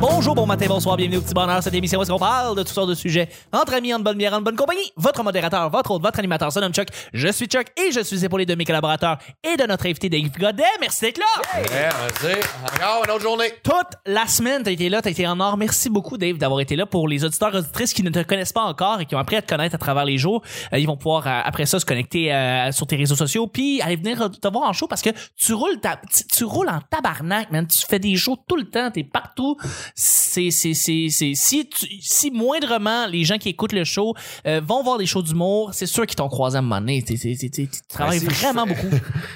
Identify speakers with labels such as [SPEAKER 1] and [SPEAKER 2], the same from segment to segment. [SPEAKER 1] Bonjour, bon matin, bonsoir, bienvenue au petit bonheur. Cette émission où est-ce qu'on parle de toutes sortes de sujets entre amis, en bonne bière, en bonne compagnie. Votre modérateur, votre hôte, votre animateur, son nom Chuck. Je suis Chuck et je suis épaulé de mes collaborateurs et de notre invité Dave Godet. Merci d'être là.
[SPEAKER 2] Ouais, merci. Encore une autre journée.
[SPEAKER 1] Toute la semaine, t'as été là, t'as été en or. Merci beaucoup, Dave, d'avoir été là. Pour les auditeurs auditrices qui ne te connaissent pas encore et qui ont appris à te connaître à travers les jours, euh, ils vont pouvoir euh, après ça se connecter euh, sur tes réseaux sociaux, puis aller venir te voir en show parce que tu roules, ta- tu, tu roules en tabarnak, man. Tu fais des shows tout le temps, t'es partout. C'est, c'est, c'est, c'est. Si, tu- si moindrement les gens qui écoutent le show euh, vont voir des shows d'humour, c'est sûr qu'ils t'ont croisé à un moment donné. T'es- t'es- t'es- t'es- Tu travailles
[SPEAKER 2] si je
[SPEAKER 1] vraiment beaucoup.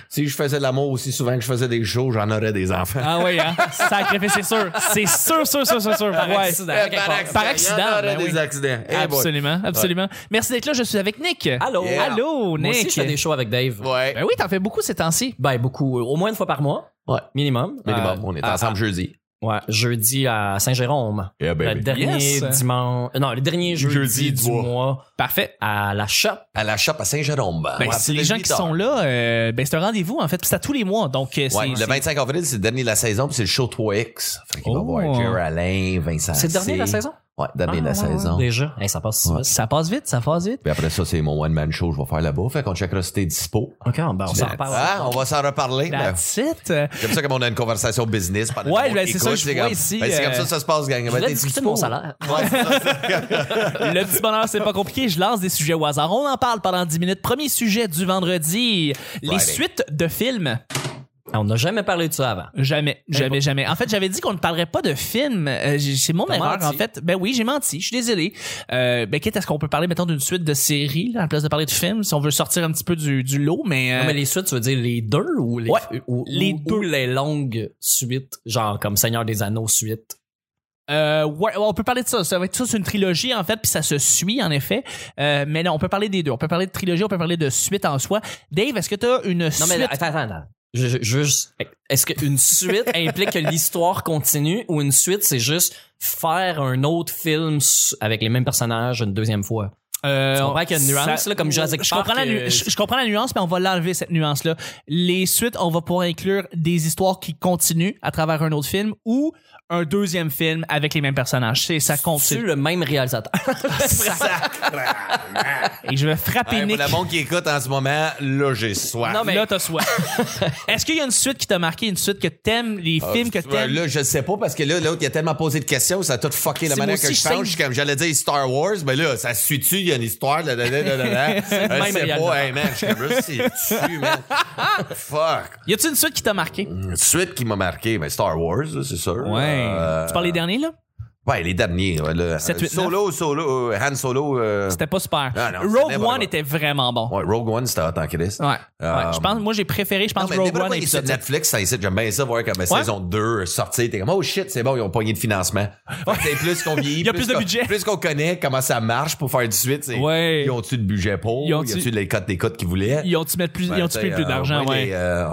[SPEAKER 2] Si je faisais de l'amour aussi souvent que je faisais des shows, j'en aurais des enfants.
[SPEAKER 1] Ah oui, hein? Sacrifié, c'est sûr. C'est sûr, sûr, sûr, sûr, sûr. Par accident.
[SPEAKER 2] Eh,
[SPEAKER 1] ben, Par accident. Par
[SPEAKER 2] Il y en
[SPEAKER 1] accident,
[SPEAKER 2] aurait
[SPEAKER 1] ben
[SPEAKER 2] des
[SPEAKER 1] oui.
[SPEAKER 2] accidents. Eh,
[SPEAKER 1] Absolument, absolument. Merci d'être là, je suis avec Nick.
[SPEAKER 3] Allô?
[SPEAKER 2] Yeah.
[SPEAKER 1] Allô, Nick.
[SPEAKER 3] Moi aussi, je fais des shows avec Dave.
[SPEAKER 2] boy. Ouais.
[SPEAKER 1] Ben oui, t'en fais beaucoup ces temps-ci.
[SPEAKER 3] Ben, beaucoup. euh, Au moins une fois par mois.
[SPEAKER 2] Ouais.
[SPEAKER 3] Minimum.
[SPEAKER 2] Mais
[SPEAKER 3] Euh,
[SPEAKER 2] bon, on est
[SPEAKER 1] ah,
[SPEAKER 3] à-
[SPEAKER 2] ensemble jeudi.
[SPEAKER 3] à- ouais, jeudi à Saint-Jérôme.
[SPEAKER 2] Yeah,
[SPEAKER 1] Ben,
[SPEAKER 3] Le dernier
[SPEAKER 1] Yes.
[SPEAKER 3] dimanche. Non, le dernier jeudi,
[SPEAKER 2] Ben Jeudi du
[SPEAKER 3] du
[SPEAKER 2] mois.
[SPEAKER 3] mois.
[SPEAKER 1] Parfait.
[SPEAKER 3] à la shop. Ah,
[SPEAKER 2] À la shop à Saint-Jérôme.
[SPEAKER 1] Ben,
[SPEAKER 2] Ouais,
[SPEAKER 1] c'est
[SPEAKER 2] de
[SPEAKER 1] les gens qui
[SPEAKER 2] 8 heures.
[SPEAKER 1] sont là, euh, ben, c'est un rendez-vous, en fait. Puis C'est à tous les mois. Donc, euh, c'est.
[SPEAKER 2] Ouais, le
[SPEAKER 1] c'est-
[SPEAKER 2] 25 avril, c'est le dernier de la saison, puis c'est le show 3X. Fait qu'il va
[SPEAKER 1] Oh.
[SPEAKER 2] voir Jerry Alain, Vincent.
[SPEAKER 3] C'est le dernier de la
[SPEAKER 2] C.
[SPEAKER 3] saison?
[SPEAKER 2] Ouais, dernier de la
[SPEAKER 3] Ah, ouais, ouais,
[SPEAKER 2] saison.
[SPEAKER 3] Déjà. Hey, ça passe.
[SPEAKER 2] Ouais.
[SPEAKER 1] Ça passe vite, ça passe vite.
[SPEAKER 2] Puis après ça, c'est mon one-man show que je vais faire là-bas. Fait qu'on checkera si t'es dispo.
[SPEAKER 3] OK, ben, on s'en reparle.
[SPEAKER 2] Ah, on va s'en reparler. Ben,
[SPEAKER 1] That's it. Euh,
[SPEAKER 2] J'aime ça comme on a une conversation business pendant
[SPEAKER 1] Ouais,
[SPEAKER 2] que tout le
[SPEAKER 1] ben,
[SPEAKER 2] monde
[SPEAKER 1] c'est ça que
[SPEAKER 2] écoute,
[SPEAKER 1] je vois
[SPEAKER 2] comme-
[SPEAKER 1] ici,
[SPEAKER 2] ben, c'est comme
[SPEAKER 1] euh,
[SPEAKER 2] ça que ça se passe, gang.
[SPEAKER 3] Je voulais discuter de mon salaire.
[SPEAKER 1] Le petit bonheur, c'est pas compliqué. Je lance des sujets au hasard. On en parle pendant 10 minutes. Premier sujet du vendredi. Les
[SPEAKER 2] Friday.
[SPEAKER 1] suites de films.
[SPEAKER 3] Ah, On n'a jamais parlé de ça avant.
[SPEAKER 1] Jamais, jamais,
[SPEAKER 3] bon.
[SPEAKER 1] jamais. En fait, j'avais dit qu'on ne parlerait pas de films. Euh, j'ai- c'est mon
[SPEAKER 3] T'as
[SPEAKER 1] erreur,
[SPEAKER 3] menti.
[SPEAKER 1] en fait. Ben oui, j'ai menti. Je suis désolé. Euh, ben, quitte à ce qu'on peut parler, mettons, d'une suite de séries, là, en place de parler de films, si on veut sortir un petit peu du, du lot, mais... euh,
[SPEAKER 3] Non, mais les suites, tu veux dire les deux ou les,
[SPEAKER 1] Ouais,
[SPEAKER 3] ou-
[SPEAKER 1] les
[SPEAKER 3] ou-
[SPEAKER 1] deux.
[SPEAKER 3] ou les longues suites, genre comme Seigneur des Anneaux suite.
[SPEAKER 1] euh, ouais, ouais, on peut parler de ça. Ça va être ça, c'est une trilogie, en fait, puis ça se suit, en effet. Euh, mais non, on peut parler des deux. On peut parler de trilogie, on peut parler de suite en soi. Dave, est-ce que t'as une
[SPEAKER 3] Non,
[SPEAKER 1] suite...
[SPEAKER 3] mais attends, attends, attends. Je, je- je veux juste- Est-ce qu'une suite implique que l'histoire continue ou une suite, c'est juste faire un autre film s- avec les mêmes personnages une deuxième fois?
[SPEAKER 1] Euh,
[SPEAKER 3] Tu comprends qu'il y a une
[SPEAKER 1] ça-
[SPEAKER 3] nuance, là, comme Jurassic
[SPEAKER 1] je
[SPEAKER 3] Park,
[SPEAKER 1] Comprends la nu-
[SPEAKER 3] euh,
[SPEAKER 1] je, je comprends la nuance, mais on va l'enlever, cette nuance-là. Les suites, on va pouvoir inclure des histoires qui continuent à travers un autre film ou un deuxième film avec les mêmes personnages. C'est ça
[SPEAKER 3] C'est
[SPEAKER 1] continue.
[SPEAKER 3] le même réalisateur.
[SPEAKER 1] Et je vais frapper
[SPEAKER 2] Hey, pour
[SPEAKER 1] Nick.
[SPEAKER 2] le monde qui écoute en ce moment, là, j'ai soif.
[SPEAKER 3] Non, mais-
[SPEAKER 1] Là, t'as soif. Est-ce qu'il y a une suite qui t'a marqué, une suite que t'aimes, les films que
[SPEAKER 2] Ouais,
[SPEAKER 1] t'aimes?
[SPEAKER 2] Ah, là, je sais pas parce que là, l'autre, il a tellement posé de questions, ça a tout fucké la
[SPEAKER 1] C'est
[SPEAKER 2] manière
[SPEAKER 1] moi
[SPEAKER 2] que
[SPEAKER 1] aussi,
[SPEAKER 2] je
[SPEAKER 1] je
[SPEAKER 2] pense.
[SPEAKER 1] sais-
[SPEAKER 2] Je suis comme, j'allais dire Star Wars, mais là, ça se suit-tu, il y a une histoire, là, là, là, là, là, là.
[SPEAKER 3] même
[SPEAKER 2] Je sais
[SPEAKER 3] réalisateur.
[SPEAKER 2] pas, hey man, je suis comme, là, c'est tu, man. Fuck.
[SPEAKER 1] Y a-t-il une suite qui t'a marqué?
[SPEAKER 2] Une suite qui m'a marqué, mais Star Wars, là, c'est sûr. Euh,
[SPEAKER 1] Tu parles des derniers, là?
[SPEAKER 2] Ouais, les derniers. ouais, là.
[SPEAKER 1] 7, 8,
[SPEAKER 2] solo, solo, euh, Han Solo. euh,
[SPEAKER 1] C'était pas super.
[SPEAKER 2] Ah, non, c'est
[SPEAKER 1] Rogue
[SPEAKER 2] n'importe
[SPEAKER 1] One
[SPEAKER 2] quoi.
[SPEAKER 1] était vraiment bon.
[SPEAKER 2] Ouais, Rogue One, c'était en tant que Chris.
[SPEAKER 1] Ouais. Ouais.
[SPEAKER 2] Euh,
[SPEAKER 1] Je pense, moi, j'ai préféré, je pense,
[SPEAKER 2] Non, mais
[SPEAKER 1] Rogue
[SPEAKER 2] n'importe
[SPEAKER 1] One
[SPEAKER 2] quoi qui est sur
[SPEAKER 1] épisode
[SPEAKER 2] Netflix, ça incite, j'aime bien ça, voir comme la
[SPEAKER 1] Ouais.
[SPEAKER 2] saison 2 est sortie. T'es comme, oh shit, c'est bon, ils ont pogné de financement. Fait que c'est plus qu'on vieillit.
[SPEAKER 1] Il y a plus de
[SPEAKER 2] qu'on-
[SPEAKER 1] budget.
[SPEAKER 2] Plus qu'on connaît comment ça marche pour faire du suite. c'est,
[SPEAKER 1] Ouais.
[SPEAKER 2] Ils ont-tu de budget pour?
[SPEAKER 1] Ils
[SPEAKER 2] Ils
[SPEAKER 1] ont-tu-
[SPEAKER 2] ont-tu les cotes des cotes qu'ils voulaient?
[SPEAKER 1] Ils ont-tu mis plus,
[SPEAKER 2] Ben,
[SPEAKER 1] ils ont-tu
[SPEAKER 2] tu sais,
[SPEAKER 1] mis plus
[SPEAKER 2] euh,
[SPEAKER 1] d'argent,
[SPEAKER 2] moi,
[SPEAKER 1] ouais.
[SPEAKER 2] les, euh,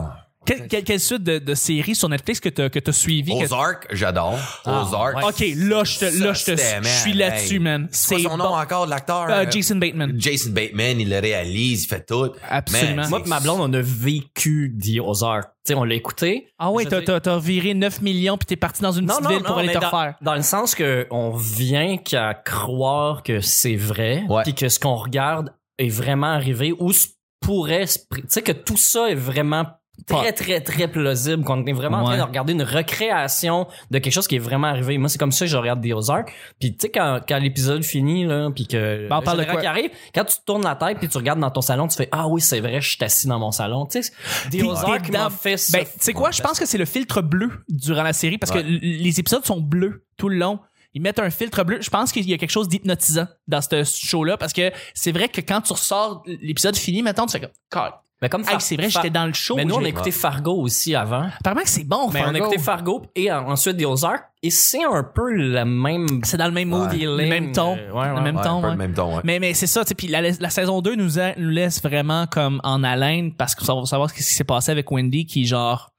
[SPEAKER 1] Quelle, quelle, quelle suite de, de séries sur Netflix que t'as que t'as suivi? que- Ah,
[SPEAKER 2] Ozark, j'adore. Ozark.
[SPEAKER 1] Ok, là, je te, là, je te,
[SPEAKER 2] Ça, c'était,
[SPEAKER 1] je suis
[SPEAKER 2] man,
[SPEAKER 1] là-dessus,
[SPEAKER 2] hey.
[SPEAKER 1] man.
[SPEAKER 2] C'est
[SPEAKER 1] C'est
[SPEAKER 2] quoi son nom
[SPEAKER 1] bon.
[SPEAKER 2] encore, l'acteur?
[SPEAKER 1] Euh, Jason Bateman.
[SPEAKER 2] Jason Bateman, il le réalise, il fait tout.
[SPEAKER 1] Absolument.
[SPEAKER 2] Man,
[SPEAKER 3] Moi
[SPEAKER 2] c'est-
[SPEAKER 3] pis ma blonde, on a vécu The Ozark. Tu sais, on l'a écouté.
[SPEAKER 1] Ah ouais,
[SPEAKER 3] Je
[SPEAKER 1] t'as,
[SPEAKER 3] sais-
[SPEAKER 1] t'as, t'as viré 9 millions puis t'es parti dans une
[SPEAKER 3] Non,
[SPEAKER 1] petite
[SPEAKER 3] non,
[SPEAKER 1] ville
[SPEAKER 3] non,
[SPEAKER 1] pour aller
[SPEAKER 3] mais
[SPEAKER 1] te
[SPEAKER 3] dans-
[SPEAKER 1] refaire.
[SPEAKER 3] Dans le sens que on vient qu'à croire que c'est vrai,
[SPEAKER 2] Ouais.
[SPEAKER 3] puis que ce qu'on regarde est vraiment arrivé ou se pourrait se pr- tu sais que tout ça est vraiment
[SPEAKER 1] Pas-
[SPEAKER 3] très très très plausible qu'on est vraiment en
[SPEAKER 1] Ouais.
[SPEAKER 3] train de regarder une recréation de quelque chose qui est vraiment arrivé moi c'est comme ça que je regarde des Ozark puis tu sais quand, quand l'épisode finit là puis que
[SPEAKER 1] Ben, on
[SPEAKER 3] le
[SPEAKER 1] parle de
[SPEAKER 3] général
[SPEAKER 1] quoi?
[SPEAKER 3] qui arrive quand tu te tournes la tête puis tu regardes dans ton salon tu fais ah oui c'est vrai je suis assis dans mon salon tu sais des
[SPEAKER 1] Puis
[SPEAKER 3] Ozark
[SPEAKER 1] t'es
[SPEAKER 3] m'a
[SPEAKER 1] dans-
[SPEAKER 3] fait ça
[SPEAKER 1] Ben, tu sais quoi, je pense que c'est le filtre bleu durant la série parce
[SPEAKER 2] Ouais.
[SPEAKER 1] que l- les épisodes sont bleus tout le long. Ils mettent un filtre bleu. Je pense qu'il y a quelque chose d'hypnotisant dans ce show-là parce que c'est vrai que quand tu ressors l'épisode fini, maintenant, tu fais comme, Car-
[SPEAKER 3] Mais ben, comme
[SPEAKER 1] hey,
[SPEAKER 3] Far-
[SPEAKER 1] c'est vrai,
[SPEAKER 3] Far-
[SPEAKER 1] j'étais dans le show.
[SPEAKER 3] mais nous on
[SPEAKER 1] j'ai-
[SPEAKER 3] a écouté Fargo aussi avant
[SPEAKER 1] Apparemment que c'est bon,
[SPEAKER 3] Mais on a
[SPEAKER 1] Fargo.
[SPEAKER 3] écouté Fargo et en- ensuite des Ozark et c'est un peu le même
[SPEAKER 1] C'est dans le même mood,
[SPEAKER 2] Ouais.
[SPEAKER 1] le même ton.
[SPEAKER 3] Euh, ouais, ouais.
[SPEAKER 1] le même
[SPEAKER 2] Ouais,
[SPEAKER 1] ton,
[SPEAKER 2] un peu
[SPEAKER 1] ouais.
[SPEAKER 2] le même ton, ouais.
[SPEAKER 1] Mais, mais c'est ça, tu sais, puis la, la saison 2 nous, a- nous laisse vraiment comme en haleine parce qu'on va savoir ce qui s'est passé avec Wendy qui, genre,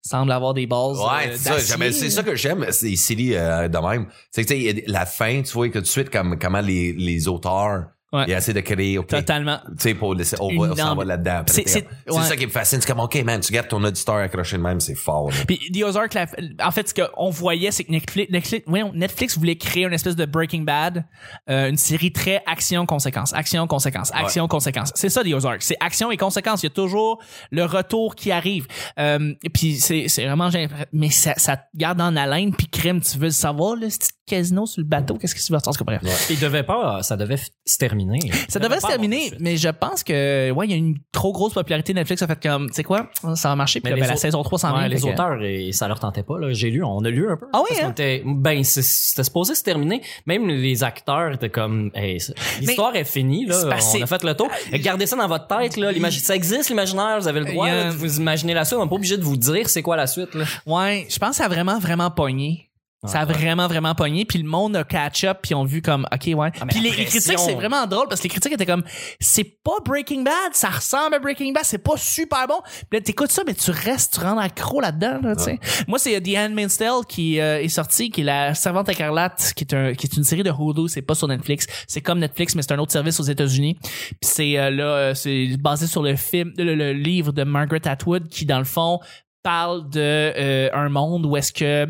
[SPEAKER 1] semble avoir des bases.
[SPEAKER 2] Ouais,
[SPEAKER 1] euh,
[SPEAKER 2] c'est ça.
[SPEAKER 1] d'acier.
[SPEAKER 2] j'aime- C'est ça que j'aime, c'est silly euh, de même. C'est que tu sais, la fin, tu vois que tout de suite comme comment les, les auteurs
[SPEAKER 1] Ouais.
[SPEAKER 2] Il essaie de créer, OK. Tu
[SPEAKER 1] Totalement.
[SPEAKER 2] sais, pour laisser, on, va-
[SPEAKER 1] Une
[SPEAKER 2] on s'en
[SPEAKER 1] ambi-
[SPEAKER 2] va là-dedans. après.
[SPEAKER 1] C'est-
[SPEAKER 2] T'es
[SPEAKER 1] c'est-
[SPEAKER 2] comme-
[SPEAKER 1] ouais.
[SPEAKER 2] C'est ça qui me fascine. C'est comme, OK, man, tu gardes ton auditeur accroché de même, c'est fort. là.
[SPEAKER 1] Puis The Ozark, la- en fait, ce qu'on voyait, c'est que Netflix, Netflix, voyons, Netflix voulait créer une espèce de Breaking Bad, euh, une série très action-conséquence, action-conséquence, action-conséquence. C'est ça, The Ozark. C'est action et conséquence. Il y a toujours le retour qui arrive. Euh, et puis c'est c'est vraiment... gênant. Mais ça, ça te garde en haleine. Puis crème, tu veux le savoir, le petit casino sur le bateau, qu'est-ce qui se passe? En tout cas, bref.
[SPEAKER 3] Il devait pas, euh, ça devait f- se terminer.
[SPEAKER 1] Ça
[SPEAKER 3] Il devait
[SPEAKER 1] devrait
[SPEAKER 3] pas
[SPEAKER 1] se
[SPEAKER 3] avoir de
[SPEAKER 1] terminer,
[SPEAKER 3] suite.
[SPEAKER 1] mais je pense que ouais, il y a une trop grosse popularité. Netflix a fait comme, tu sais quoi, ça va marcher. Puis là,
[SPEAKER 3] Mais les
[SPEAKER 1] ben, la
[SPEAKER 3] autres-
[SPEAKER 1] saison 3 s'en
[SPEAKER 3] Ouais,
[SPEAKER 1] vient,
[SPEAKER 3] les
[SPEAKER 1] fait que-
[SPEAKER 3] auteurs, et ça leur tentait pas. là. J'ai lu, on a lu un peu.
[SPEAKER 1] Ah oui,
[SPEAKER 3] Parce
[SPEAKER 1] hein?
[SPEAKER 3] qu'on était- ben, c'est- c'était supposé se terminer. Même les acteurs étaient comme, hey, c'est- l'histoire est finie. Là.
[SPEAKER 1] C'est Ah, parce-
[SPEAKER 3] On a fait le tour. Gardez ça dans votre tête. Là. L'imagi- Ça existe, l'imaginaire. Vous avez le droit
[SPEAKER 1] Il y a-
[SPEAKER 3] là, de vous imaginer la suite. On n'est pas obligé de vous dire c'est quoi la suite. Là.
[SPEAKER 1] Ouais, je pense que ça a vraiment, vraiment pogné. Ça a vraiment, vraiment pogné. Puis le monde a catch-up, puis ils ont vu comme, OK, ouais.
[SPEAKER 3] Ah, mais
[SPEAKER 1] puis les,
[SPEAKER 3] la
[SPEAKER 1] les critiques,
[SPEAKER 3] pression.
[SPEAKER 1] c'est vraiment drôle parce que les critiques étaient comme, c'est pas Breaking Bad, ça ressemble à Breaking Bad, c'est pas super bon. Puis là, t'écoutes ça, mais tu restes, tu rends accro là-dedans, là, tu sais. Moi, c'est euh, The Handmaid's Tale qui euh, est sorti, qui est La Servante Écarlate, qui est, un, qui est une série de Hulu, c'est pas sur Netflix. C'est comme Netflix, mais c'est un autre service aux États-Unis. Puis c'est euh, là, euh, c'est basé sur le film, le, le livre de Margaret Atwood qui, dans le fond, parle de euh, un monde où est-ce que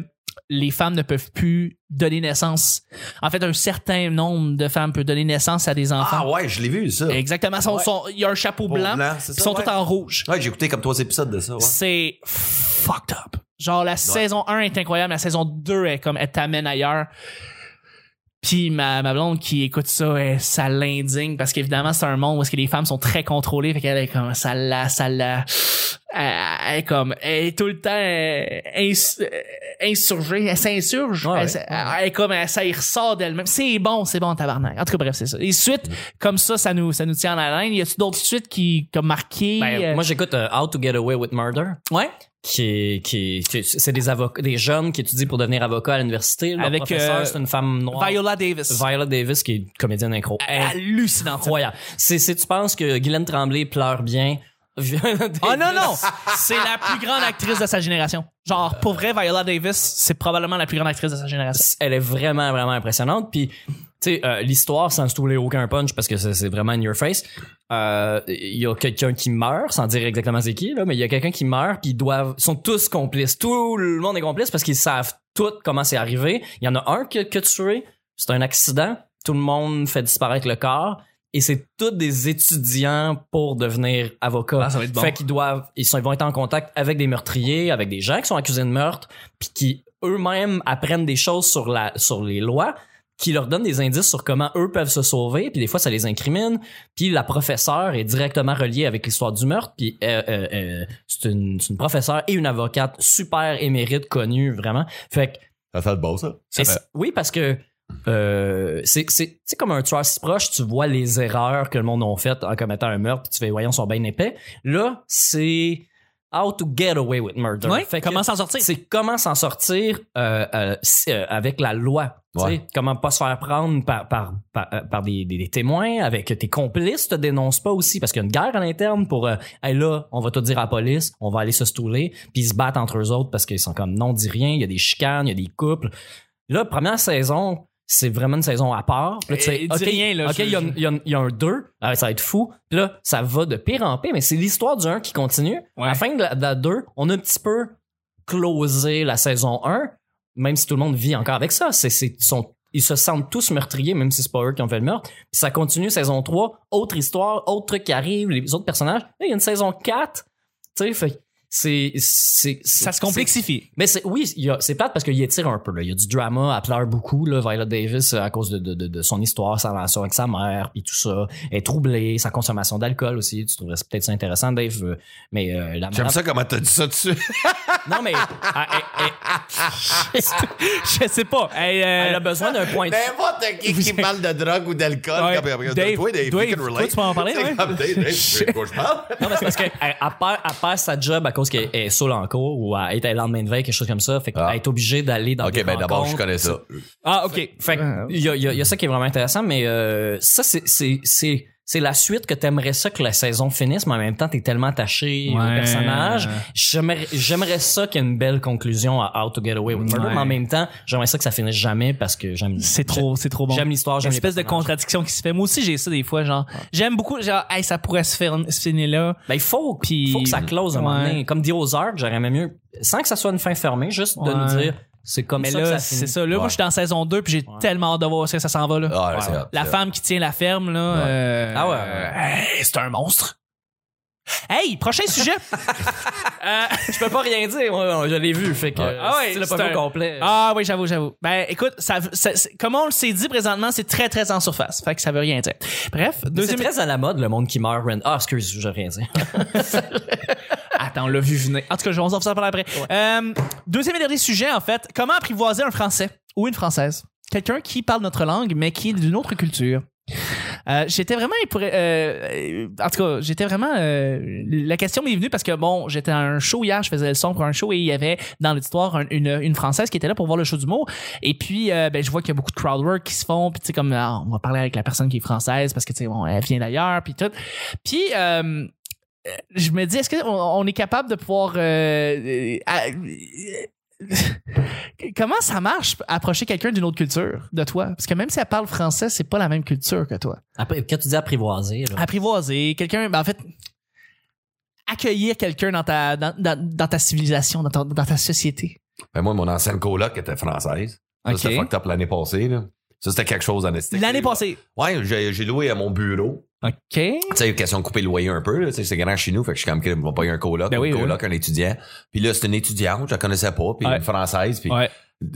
[SPEAKER 1] les femmes ne peuvent plus donner naissance. En fait, un certain nombre de femmes peuvent donner naissance à des enfants.
[SPEAKER 2] Ah ouais, je l'ai vu, ça.
[SPEAKER 1] Exactement. Son-
[SPEAKER 2] Ouais.
[SPEAKER 1] son- Il y a un chapeau blanc.
[SPEAKER 2] blanc,
[SPEAKER 1] puis
[SPEAKER 2] c'est
[SPEAKER 1] Ils
[SPEAKER 2] ça,
[SPEAKER 1] sont
[SPEAKER 2] ouais.
[SPEAKER 1] tous en rouge.
[SPEAKER 2] Ouais, j'ai écouté comme trois épisodes de ça. ouais.
[SPEAKER 1] C'est fucked up. Genre, la saison 1 est incroyable. La saison 2 est comme, elle t'amène ailleurs. Puis ma, ma blonde qui écoute ça, elle- ça l'indigne parce qu'évidemment, c'est un monde où est-ce que les femmes sont très contrôlées. Fait qu'elle est comme, ça la, ça la. Elle, elle est comme, elle est tout le temps euh, ins- euh, insurgée. Elle s'insurge.
[SPEAKER 3] Ouais,
[SPEAKER 1] elle,
[SPEAKER 3] ouais.
[SPEAKER 1] s- elle est comme, elle- ça y ressort d'elle-même. C'est bon, c'est bon, tabarnak. En tout cas, bref, c'est ça. Et
[SPEAKER 3] Mm.
[SPEAKER 1] suites comme ça, ça nous, ça nous tient en haleine. Y a-tu d'autres suites qui, comme marquées?
[SPEAKER 3] Ben,
[SPEAKER 1] euh,
[SPEAKER 3] Moi, j'écoute euh, How to Get Away with Murder.
[SPEAKER 1] ouais.
[SPEAKER 3] Qui, qui, qui- c'est des avocats, des jeunes qui étudient pour devenir avocat à l'université. Leur
[SPEAKER 1] Avec,
[SPEAKER 3] professeur,
[SPEAKER 1] euh,
[SPEAKER 3] c'est une femme noire.
[SPEAKER 1] Viola Ah, Davis.
[SPEAKER 3] Viola Davis, qui est une comédienne incro.
[SPEAKER 1] hallucinante.
[SPEAKER 3] incroyable. C'est, c'est- tu penses que Guylaine Tremblay pleure bien.
[SPEAKER 1] Oh
[SPEAKER 3] Ah,
[SPEAKER 1] non, non! C'est la plus grande actrice de sa génération. Genre, pour vrai, Viola Davis, c'est probablement la plus grande actrice de sa génération.
[SPEAKER 3] Elle est vraiment, vraiment impressionnante. Puis, tu sais, euh, l'histoire, sans se trouver aucun punch, parce que c'est, c'est vraiment in your face, euh, il y a quelqu'un qui meurt, sans dire exactement c'est qui, là, mais il y a quelqu'un qui meurt, puis ils doivent, sont tous complices. Tout le monde est complice parce qu'ils savent tout comment c'est arrivé. Il y en a un que, que tué, c'est un accident, tout le monde fait disparaître le corps. Et c'est tous des étudiants pour devenir avocats.
[SPEAKER 1] Ah, ça va être bon.
[SPEAKER 3] Fait qu'ils doivent, ils, sont, ils vont être en contact avec des meurtriers, avec des gens qui sont accusés de meurtre, puis qui eux-mêmes apprennent des choses sur la, sur les lois, qui leur donnent des indices sur comment eux peuvent se sauver, puis des fois ça les incrimine. Puis la professeure est directement reliée avec l'histoire du meurtre, puis euh, euh, euh, c'est une, c'est une professeure et une avocate super émérite connue vraiment. Fait que
[SPEAKER 2] Ça fait le beau, ça. Ça
[SPEAKER 3] et
[SPEAKER 2] fait-
[SPEAKER 3] c'est- Oui, parce que euh, c'est c'est- c'est comme un tueur si proche, tu vois les erreurs que le monde a faites en commettant un meurtre, puis tu fais, voyons, ils sont bien épais. Là, c'est How to Get Away with Murder.
[SPEAKER 1] Ouais,
[SPEAKER 3] Fait que
[SPEAKER 1] comment s'en sortir?
[SPEAKER 3] C'est comment s'en sortir euh, euh, si- euh, avec la loi. tu sais.
[SPEAKER 2] Ouais.
[SPEAKER 3] Comment pas se faire prendre par, par, par, euh, par des, des- des témoins, avec tes complices, te dénonces pas aussi, parce qu'il y a une guerre à l'interne pour, euh, Hey, là, on va tout dire à la police, on va aller se stouler, puis ils se battent entre eux autres parce qu'ils sont comme, non, dis rien, il y a des chicanes, il y a des couples. Là, première saison, c'est vraiment une saison à part. Puis Là, tu sais,
[SPEAKER 1] Eh, dis
[SPEAKER 3] OK,
[SPEAKER 1] rien, là,
[SPEAKER 3] OK,
[SPEAKER 1] je-
[SPEAKER 3] il y, a une- il y a une- il y a un 2, ça va être fou. Puis là, ça va de pire en pire, mais c'est l'histoire du 1 qui continue.
[SPEAKER 1] Ouais.
[SPEAKER 3] À la fin de la- de la 2, on a un petit peu closé la saison 1, même si tout le monde vit encore avec ça. C'est, c'est, ils sont, ils se sentent tous meurtriers, même si c'est pas eux qui ont fait le meurtre. Puis ça continue, saison 3, autre histoire, autre truc qui arrive, les autres personnages. Là, il y a une saison 4, tu sais, fait que c'est, c'est,
[SPEAKER 1] Ça se
[SPEAKER 3] complique
[SPEAKER 1] complexifie.
[SPEAKER 3] mais c'est, oui, il y a- c'est plate parce qu'il étire un peu. Là. Il y a du drama, elle pleure beaucoup, là, Viola Davis, euh, à cause de, de, de, de son histoire, sa relation avec sa mère, puis tout ça. Elle est troublée, sa consommation d'alcool aussi. Tu trouverais peut-être ça intéressant, Dave, euh, mais euh, la
[SPEAKER 2] J'aime
[SPEAKER 3] madame-
[SPEAKER 2] ça comment t'as dit ça dessus.
[SPEAKER 3] Non, mais elle, elle- elle-
[SPEAKER 1] Je sais pas. Hey, euh,
[SPEAKER 3] elle a besoin d'un point de
[SPEAKER 2] N'importe qui qui parle de drogue ou d'alcool.
[SPEAKER 1] Ouais.
[SPEAKER 2] comme- comme-
[SPEAKER 1] Dave,
[SPEAKER 2] toi,
[SPEAKER 1] Dave,
[SPEAKER 2] you can
[SPEAKER 1] toi,
[SPEAKER 2] relate.
[SPEAKER 1] tu peux en parler,
[SPEAKER 2] C'est
[SPEAKER 1] ouais.
[SPEAKER 2] comme Dave, Dave, tu sais de quoi je parle.
[SPEAKER 3] Non, mais c'est parce qu'elle elle perd, elle perd sa job à cause qu'elle est saoule en cours ou elle est à lendemain de veille, quelque chose comme ça. Fait qu'elle
[SPEAKER 2] Ah.
[SPEAKER 3] est obligée d'aller dans des
[SPEAKER 2] OK, ben d'abord, je
[SPEAKER 3] rencontres.
[SPEAKER 2] connais ça.
[SPEAKER 3] Ah, ok. Fait que, il y a, il y a- il y a ça qui est vraiment intéressant, mais euh, ça, c'est- c'est c'est- c'est la suite que t'aimerais ça que la saison finisse, mais en même temps, t'es tellement attaché au
[SPEAKER 1] Ouais.
[SPEAKER 3] personnage. J'aimerais j'aimerais ça qu'il y ait une belle conclusion à How to Get Away with Murder,
[SPEAKER 1] Ouais.
[SPEAKER 3] mais en même temps, j'aimerais ça que ça finisse jamais parce que j'aime.
[SPEAKER 1] C'est trop, c'est trop bon.
[SPEAKER 3] J'aime l'histoire, j'aime
[SPEAKER 1] Une espèce
[SPEAKER 3] les
[SPEAKER 1] de
[SPEAKER 3] personnages.
[SPEAKER 1] contradiction qui se fait. Moi aussi, j'ai ça des fois, genre, j'aime beaucoup, genre, hey, ça pourrait se faire, se finir là.
[SPEAKER 3] Ben, il faut,
[SPEAKER 1] Puis-
[SPEAKER 3] faut que ça close à un moment
[SPEAKER 1] Ouais.
[SPEAKER 3] donné. Comme dit aux heures, j'aurais aimé mieux, sans que ça soit une fin fermée, juste de
[SPEAKER 1] Ouais.
[SPEAKER 3] nous dire, c'est comme
[SPEAKER 1] Mais
[SPEAKER 3] ça
[SPEAKER 1] là,
[SPEAKER 3] que ça finit.
[SPEAKER 1] c'est ça. Là, moi,
[SPEAKER 2] Ouais.
[SPEAKER 1] je suis dans saison 2 puis j'ai tellement hâte de voir où est-ce que ça s'en va, là.
[SPEAKER 2] Ah, ouais, c'est hot,
[SPEAKER 1] La
[SPEAKER 2] c'est
[SPEAKER 1] femme qui tient la ferme, là.
[SPEAKER 2] Ouais.
[SPEAKER 1] euh,
[SPEAKER 3] Ah ouais.
[SPEAKER 1] euh, hey, c'est un monstre. Hey, prochain sujet. Euh,
[SPEAKER 3] Je peux pas rien dire, ouais, ouais, je l'ai vu, fait que
[SPEAKER 2] Ouais.
[SPEAKER 1] Ah ouais,
[SPEAKER 3] si tu l'as
[SPEAKER 1] c'est
[SPEAKER 3] pas vu
[SPEAKER 1] un-
[SPEAKER 3] au complet.
[SPEAKER 1] ah oui, j'avoue, j'avoue. Ben, écoute, ça, ça- c'est- comme on le s'est dit présentement, c'est très, très en surface. Fait que ça veut rien dire. Bref,
[SPEAKER 3] c'est
[SPEAKER 1] deuxième.
[SPEAKER 3] très à la mode, le monde qui meurt. Rand- Ah, excuse, j'ai rien dit.
[SPEAKER 1] Attends, on l'a vu venir. En tout cas, je- on s'en parle après. Euh, deuxième et dernier sujet, en fait. Comment apprivoiser un Français ou une Française? Quelqu'un qui parle notre langue, mais qui est d'une autre culture. Euh, j'étais vraiment épouré- euh, euh, en tout cas j'étais vraiment euh, la question m'est venue parce que bon j'étais à un show hier je faisais le son pour un show et il y avait dans l'auditoire un- une, une française qui était là pour voir le show d'humour et puis euh, ben je vois qu'il y a beaucoup de crowd work qui se font puis tu sais comme ah, on va parler avec la personne qui est française parce que tu sais bon elle vient d'ailleurs puis tout puis euh, je me dis, est-ce qu'on on est capable de pouvoir. euh, euh, à- comment ça marche approcher quelqu'un d'une autre culture de toi? Parce que même si elle parle français, c'est pas la même culture que toi.
[SPEAKER 3] Après, quand tu dis apprivoiser, là,
[SPEAKER 1] Apprivoiser, quelqu'un, ben en fait, accueillir quelqu'un dans ta, dans, dans- dans ta civilisation, dans, ton- dans ta société.
[SPEAKER 2] Ben, moi, mon ancienne coloc était française. Ça,
[SPEAKER 1] OK.
[SPEAKER 2] c'était fucked up l'année passée, là. Ça, c'était quelque chose en esthétique.
[SPEAKER 1] L'année passée.
[SPEAKER 2] Ouais, j'ai j'ai loué à mon bureau.
[SPEAKER 1] OK.
[SPEAKER 2] Tu sais, question de couper le loyer un peu, là. Tu sais, c'est grand chez nous. Fait que je suis comme, qu'ils vont pas y un coloc,
[SPEAKER 1] Ben
[SPEAKER 2] un
[SPEAKER 1] oui, oui.
[SPEAKER 2] coloc, un étudiant. Puis là, c'est une étudiante, je la connaissais pas, puis
[SPEAKER 1] Ouais.
[SPEAKER 2] une française, puis
[SPEAKER 1] Ouais.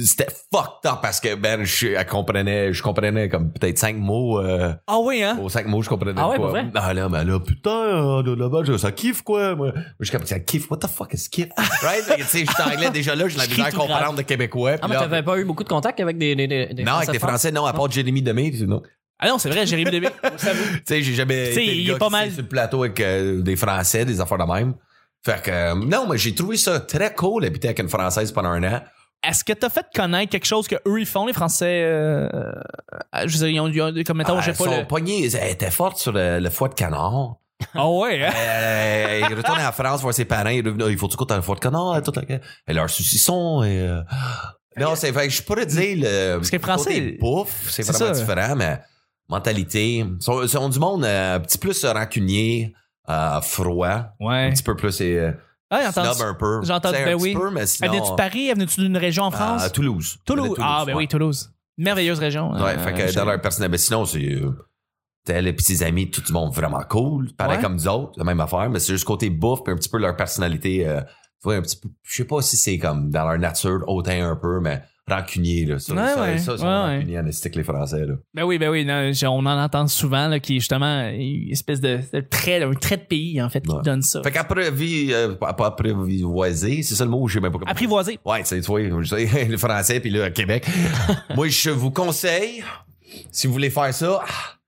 [SPEAKER 2] c'était fucked up parce que, ben, je, elle comprenait, je comprenais comme peut-être cinq mots, euh,
[SPEAKER 1] Ah oui, hein?
[SPEAKER 2] aux cinq mots, je comprenais
[SPEAKER 3] Ah ouais,
[SPEAKER 2] quoi.
[SPEAKER 3] pour vrai?
[SPEAKER 2] Ah là, ben là, putain, euh, de là-bas, je- ça kiffe, quoi. Moi, Moi, je suis comme, ça kiffe, what the fuck is kiff? right? Fait que, Tu sais, je suis anglais déjà là, je
[SPEAKER 1] Je
[SPEAKER 2] l'avais
[SPEAKER 1] crie
[SPEAKER 2] à
[SPEAKER 1] tout grave.
[SPEAKER 2] comprendre de québécois.
[SPEAKER 3] Ah,
[SPEAKER 2] puis
[SPEAKER 3] mais
[SPEAKER 2] là,
[SPEAKER 3] t'avais pas eu beaucoup de contacts avec des, des, des- des
[SPEAKER 2] non, avec des
[SPEAKER 3] francophones?
[SPEAKER 2] Français, non, à part Jérémy Demé, puis non.
[SPEAKER 1] Ah non, c'est vrai, Jérémy Demi.
[SPEAKER 2] Tu sais, j'ai jamais
[SPEAKER 1] Tu sais,
[SPEAKER 2] été le
[SPEAKER 1] il
[SPEAKER 2] gars
[SPEAKER 1] est pas
[SPEAKER 2] qui
[SPEAKER 1] mal-
[SPEAKER 2] s'est sur le plateau avec euh, des Français, des affaires de même. Fait que, euh, non, mais j'ai trouvé ça très cool d'habiter avec une Française pendant un an.
[SPEAKER 1] Est-ce que t'as fait connaître quelque chose que eux ils font, les Français? euh, euh, je veux dire, ils ont, ils ont- comme mettons,
[SPEAKER 2] Ah,
[SPEAKER 1] j'ai
[SPEAKER 2] son
[SPEAKER 1] pas le.
[SPEAKER 2] poignet, elle était forte sur le, le foie de canard.
[SPEAKER 1] Ah ouais, hein?
[SPEAKER 2] Euh, il retourne en France voir ses parents. Il est revenu, Ah, il faut du coup, t'as un foie de canard. Tout le... Et leur saucisson. Et, euh, Non, c'est vrai. Je pourrais dire le.
[SPEAKER 1] Ah, Parce que les Français-
[SPEAKER 2] côté bouffe, c'est
[SPEAKER 1] C'est
[SPEAKER 2] vraiment
[SPEAKER 1] ça.
[SPEAKER 2] différent, mais mentalité. Ils sont, ils sont du monde euh, un petit plus rancunier, euh, froid. Un
[SPEAKER 1] Ouais.
[SPEAKER 2] petit peu plus. Et, euh,
[SPEAKER 1] Ah, j'ai entendu
[SPEAKER 2] snob un peu.
[SPEAKER 1] j'ai entendu,
[SPEAKER 2] Tu sais,
[SPEAKER 1] ben
[SPEAKER 2] un petit
[SPEAKER 1] oui.
[SPEAKER 2] peu, mais
[SPEAKER 1] Elle
[SPEAKER 2] sinon.
[SPEAKER 1] venait-tu de Paris? Elle venait-tu d'une région en France?
[SPEAKER 2] À Ah, Toulouse.
[SPEAKER 1] Toulouse.
[SPEAKER 2] Elle venait de
[SPEAKER 1] Ah, ben
[SPEAKER 2] ouais.
[SPEAKER 1] oui, Toulouse. Merveilleuse région.
[SPEAKER 2] Ouais,
[SPEAKER 1] Euh,
[SPEAKER 2] fait que dans
[SPEAKER 1] j'aime.
[SPEAKER 2] leur personnel, mais sinon, c'est. euh, T'as les petits amis, tout le monde vraiment cool, pareil
[SPEAKER 1] Ouais.
[SPEAKER 2] comme nous autres, la même affaire, mais c'est juste côté bouffe, puis un petit peu leur personnalité. euh, tu vois, un petit peu. Je sais pas si c'est comme dans leur nature, hautain un peu, mais rancunier, là. Ça,
[SPEAKER 1] Ouais,
[SPEAKER 2] ça,
[SPEAKER 1] ouais,
[SPEAKER 2] ça, ils sont
[SPEAKER 1] ouais, ouais.
[SPEAKER 2] rancuniers en esthétique, les Français, là.
[SPEAKER 1] Ben oui, ben oui. non, j'ai- on en entend souvent, là, qui est justement une espèce de, de trait, un trait de pays, en fait, qui
[SPEAKER 2] Ouais.
[SPEAKER 1] donne ça.
[SPEAKER 2] Fait qu'après, vie, euh, pas pas apprivoiser, c'est ça le mot, je sais même pas comment.
[SPEAKER 1] Apprivoiser.
[SPEAKER 2] Ouais, c'est toi, je sais, le français, puis là, à Québec. Moi, je vous conseille, si vous voulez faire ça, ah,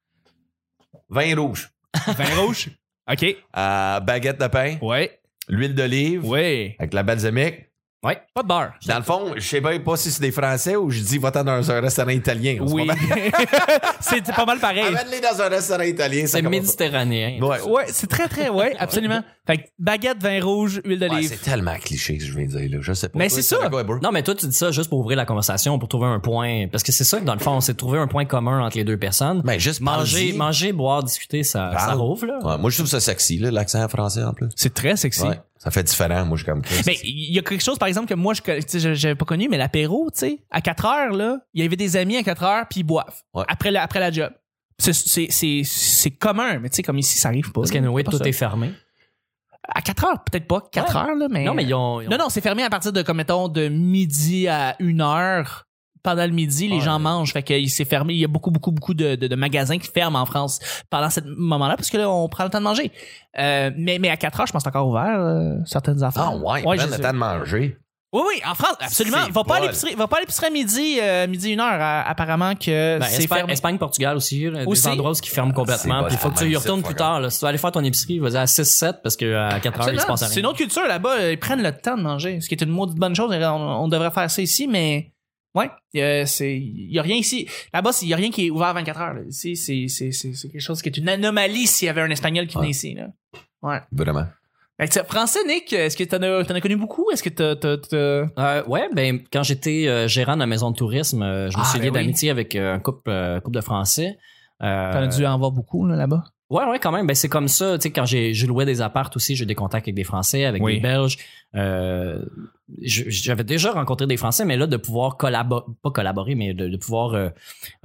[SPEAKER 2] vin rouge,
[SPEAKER 1] Vin rouge. OK.
[SPEAKER 2] euh, baguette de pain,
[SPEAKER 1] Ouais. l'huile
[SPEAKER 2] l'huile d'olive,
[SPEAKER 1] Ouais.
[SPEAKER 2] avec la balsamique.
[SPEAKER 3] Ouais.
[SPEAKER 1] Pas de beurre.
[SPEAKER 2] Dans le fond, je sais bien pas si c'est des Français ou je dis va-t'en dans un restaurant italien. On se
[SPEAKER 1] Oui.
[SPEAKER 2] promène-
[SPEAKER 1] c'est pas mal pareil.
[SPEAKER 2] Amène-les dans un restaurant italien. ça
[SPEAKER 3] C'est
[SPEAKER 2] commence-
[SPEAKER 3] méditerranéen.
[SPEAKER 2] Ouais.
[SPEAKER 1] Ouais, c'est très, très, ouais, absolument. Fait que baguette, vin rouge, huile
[SPEAKER 2] Ouais,
[SPEAKER 1] d'olive.
[SPEAKER 2] c'est tellement cliché que je viens de dire, là. Je sais pas.
[SPEAKER 1] Mais
[SPEAKER 2] Toi,
[SPEAKER 1] c'est
[SPEAKER 2] tu savais
[SPEAKER 1] ça.
[SPEAKER 2] quoi, bro?
[SPEAKER 3] Non, mais toi, tu dis ça juste pour ouvrir la conversation, pour trouver un point. Parce que c'est ça que, dans le fond, on s'est trouvé un point commun entre les deux personnes.
[SPEAKER 2] Mais Ben, juste
[SPEAKER 3] manger,
[SPEAKER 2] parle-y.
[SPEAKER 3] manger, boire, discuter, ça,
[SPEAKER 2] Parle.
[SPEAKER 3] ça rouvre, là.
[SPEAKER 2] Ouais, moi, je trouve ça sexy, là, l'accent français, en plus.
[SPEAKER 1] c'est très sexy.
[SPEAKER 2] Ouais. Ça fait différent. Moi, je suis comme.
[SPEAKER 1] Mais Ben, il y a quelque chose, par exemple, que moi, je co- tu sais, je- j'avais pas connu, mais l'apéro, tu sais, à 4 heures, là, il y avait des amis à 4 heures, puis ils boivent.
[SPEAKER 2] Ouais.
[SPEAKER 1] Après, la, après la job. C'est- C'est c'est- c'est commun, mais tu sais, comme ici, ça arrive pas.
[SPEAKER 3] Parce qu'à
[SPEAKER 1] là.
[SPEAKER 3] Noé,
[SPEAKER 1] C'est pas
[SPEAKER 3] tout
[SPEAKER 1] ça.
[SPEAKER 3] est fermé.
[SPEAKER 1] À 4 heures, peut-être pas 4
[SPEAKER 3] Ouais.
[SPEAKER 1] heures, là, mais.
[SPEAKER 3] Non, mais ils ont. ils ont-
[SPEAKER 1] Non, non, c'est fermé à partir de, comme mettons, de midi à 1 heure. Pendant le midi, les
[SPEAKER 3] Ouais.
[SPEAKER 1] gens mangent. Fait que s'est fermé. Il y a beaucoup, beaucoup, beaucoup de, de- de magasins qui ferment en France pendant ce moment-là, parce que là, on prend le temps de manger. Euh, mais, mais à 4 heures, je pense que c'est encore ouvert, euh, certaines affaires.
[SPEAKER 2] Ah, ouais.
[SPEAKER 1] Ouais,
[SPEAKER 2] prends
[SPEAKER 1] je
[SPEAKER 2] le
[SPEAKER 1] sais.
[SPEAKER 2] temps de manger.
[SPEAKER 1] Oui, oui, en France, absolument.
[SPEAKER 2] C'est
[SPEAKER 1] Va pas, à
[SPEAKER 2] bol.
[SPEAKER 1] l'épicerie, va pas à l'épicerie à midi, euh, midi une heure, à- apparemment que
[SPEAKER 3] Ben,
[SPEAKER 1] c'est
[SPEAKER 3] Espagne,
[SPEAKER 1] fermé.
[SPEAKER 3] Espagne, Portugal aussi, là,
[SPEAKER 1] Aussi.
[SPEAKER 3] des endroits où ils ferment complètement.
[SPEAKER 2] pas
[SPEAKER 3] Puis il faut que tu y
[SPEAKER 2] fermé,
[SPEAKER 3] retournes
[SPEAKER 2] c'est
[SPEAKER 3] plus
[SPEAKER 2] pas
[SPEAKER 3] tard. là. Si tu vas aller faire ton épicerie, vas-y à 6-7 parce que à 4 heures, il se
[SPEAKER 1] Absolument.
[SPEAKER 3] passe rien.
[SPEAKER 1] C'est euh, une autre culture là-bas. Ils prennent le temps de manger, ce qui est une maudite bonne chose. On, on devrait faire ça ici, mais Ouais, euh, c'est il y a rien ici. Là-bas, il y a rien qui est ouvert à 24 heures. là. Ici, c'est c'est c'est c'est quelque chose qui est une anomalie s'il y avait un espagnol qui venait
[SPEAKER 2] Ouais.
[SPEAKER 1] ici là. Ouais.
[SPEAKER 2] Vraiment.
[SPEAKER 1] Ben, tu sais, français Nick, est-ce que t'en as t'en as connu beaucoup Est-ce que t'as t'as t'as-
[SPEAKER 3] Euh, ouais, ben quand j'étais euh, gérant de la maison de tourisme, euh, je me
[SPEAKER 1] Ah,
[SPEAKER 3] suis lié
[SPEAKER 1] ben oui.
[SPEAKER 3] d'amitié avec euh, un couple, euh, couple de Français. Euh,
[SPEAKER 1] t'en as dû en voir beaucoup là là-bas
[SPEAKER 3] Ouais, ouais, quand même. Ben, c'est comme ça. Tu sais, quand j'ai j'ai loué des appartes aussi, j'ai eu des contacts avec des Français, avec
[SPEAKER 1] Oui.
[SPEAKER 3] des Belges. Euh, je- J'avais déjà rencontré des Français, mais là, de pouvoir collaborer, pas collaborer, mais de, de pouvoir euh,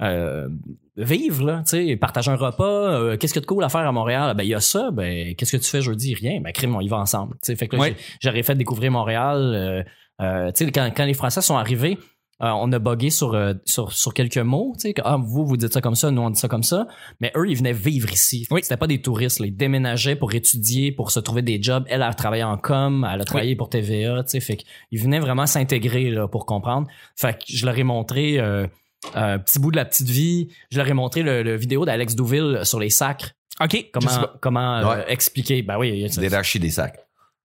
[SPEAKER 3] euh, vivre, là, tu sais, partager un repas. euh, qu'est-ce que de cool à faire à Montréal? Ben, il y a ça. Ben, qu'est-ce que tu fais jeudi? Rien. Ben, crime, on y va ensemble. Tu sais, fait que là,
[SPEAKER 1] Oui.
[SPEAKER 3] j'ai- j'aurais fait découvrir Montréal. euh, euh, tu sais, quand, quand les Français sont arrivés, euh, on a bugué sur, euh, sur, sur quelques mots. Tu sais, que, ah, vous, vous dites ça comme ça, nous, on dit ça comme ça. Mais eux, ils venaient vivre ici. C'était pas des touristes. là. Ils déménageaient pour étudier, pour se trouver des jobs. Elle, elle travaillait en com, elle a travaillé pour TVA. Tu sais, fait qu'ils venaient vraiment s'intégrer là, pour comprendre. Fait que je leur ai montré euh, un petit bout de la petite vie. Je leur ai montré le, le vidéo d'Alex Douville sur les sacres.
[SPEAKER 1] OK.
[SPEAKER 3] Comment,
[SPEAKER 2] sais pas.
[SPEAKER 3] comment euh,
[SPEAKER 2] Ouais.
[SPEAKER 3] expliquer. Ben oui, ça-
[SPEAKER 2] L'hierarchie des sacs.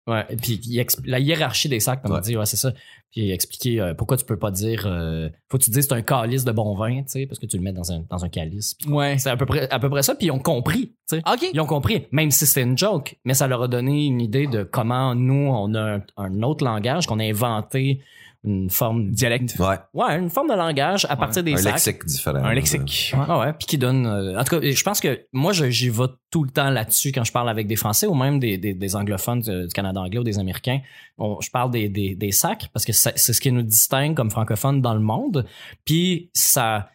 [SPEAKER 3] Ouais, et puis il expl- la hiérarchie des sacs, comme on
[SPEAKER 2] Ouais.
[SPEAKER 3] dit, ouais, c'est ça. Puis expliquer euh, pourquoi tu peux pas dire. euh, faut que tu dises c'est un calice de bon vin, tu sais, parce que tu le mets dans un, dans un calice. Puis
[SPEAKER 1] Ouais.
[SPEAKER 3] C'est à peu, près, à peu près ça, puis ils ont compris, tu sais.
[SPEAKER 1] OK.
[SPEAKER 3] Ils ont compris, même si c'était une joke, mais ça leur a donné une idée de comment nous, on a un, un autre langage, qu'on a inventé une forme.
[SPEAKER 1] Dialecte.
[SPEAKER 2] Ouais.
[SPEAKER 3] Ouais, une forme de langage à partir des
[SPEAKER 2] Un
[SPEAKER 3] sacs.
[SPEAKER 2] lexique différent.
[SPEAKER 1] Euh, Un lexique.
[SPEAKER 3] Ah ouais, puis qui donne. euh, en tout cas, je pense que moi, je- j'y vais tout le temps là-dessus quand je parle avec des Français ou même des, des, des anglophones du, du Canada anglais ou des Américains. On- je parle des, des, des sacres parce que ça- c'est ce qui nous distingue comme francophones dans le monde. Puis ça.